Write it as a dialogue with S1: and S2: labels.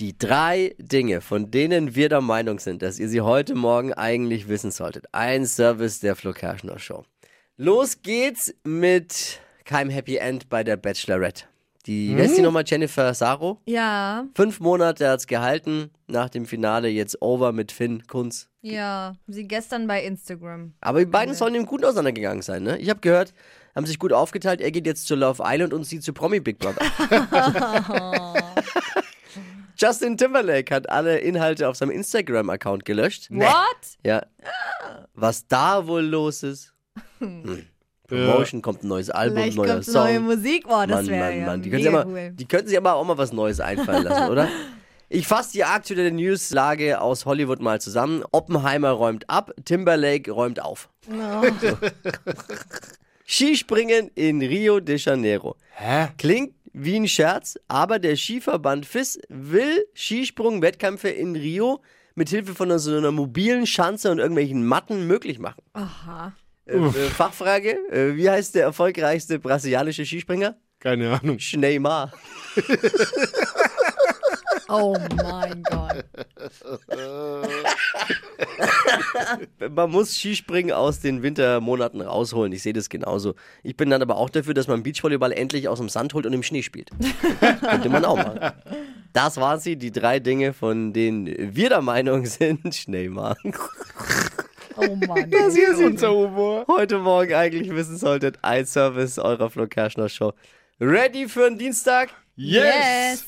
S1: Die drei Dinge, von denen wir der Meinung sind, dass ihr sie heute Morgen eigentlich wissen solltet. Ein Service der Flo Kerschner Show. Los geht's mit keinem Happy End bei der Bachelorette. Die, wie heißt die nochmal? Jennifer Saro?
S2: Ja,
S1: Fünf Monate hat's gehalten. Nach dem Finale jetzt over mit Finn Kunz.
S2: ja. Sie gestern bei Instagram.
S1: Aber die
S2: Mhm.
S1: beiden sollen eben gut auseinandergegangen sein, ne? Ich habe gehört, haben sich gut aufgeteilt. Er geht jetzt zu Love Island und sie zu Promi Big Brother. Justin Timberlake hat alle Inhalte auf seinem Instagram-Account gelöscht.
S2: What?
S1: Ja. Was da wohl los ist? Hm. Promotion kommt ein neues Album,
S2: Vielleicht
S1: neuer
S2: kommt
S1: Song.
S2: neue Musik. Boah, das
S1: Mann,
S2: wäre
S1: Mann,
S2: ja
S1: Mann. Die könnten,
S2: mega
S1: sich aber,
S2: cool.
S1: die könnten sich aber auch mal was Neues einfallen lassen, oder? Ich fasse die aktuelle Newslage aus Hollywood mal zusammen. Oppenheimer räumt ab, Timberlake räumt auf. So. Skispringen in Rio de Janeiro.
S3: Hä?
S1: Klingt wie ein Scherz, aber der Skiverband FIS will Skisprung-Wettkämpfe in Rio mit Hilfe von so einer mobilen Schanze und irgendwelchen Matten möglich machen.
S2: Aha.
S1: Äh, äh, Fachfrage: äh, Wie heißt der erfolgreichste brasilianische Skispringer?
S3: Keine Ahnung.
S1: Neymar.
S2: Oh mein Gott.
S1: man muss Skispringen aus den Wintermonaten rausholen. Ich sehe das genauso. Ich bin dann aber auch dafür, dass man Beachvolleyball endlich aus dem Sand holt und im Schnee spielt. Könnte man auch machen. Das waren sie, die drei Dinge, von denen wir der Meinung sind, Schneemann,
S2: Oh Mann.
S3: Das hier ist unser Humor.
S1: heute Morgen eigentlich wissen solltet. Ein Service eurer Flo Kerschner Show. Ready für den Dienstag?
S2: Yes.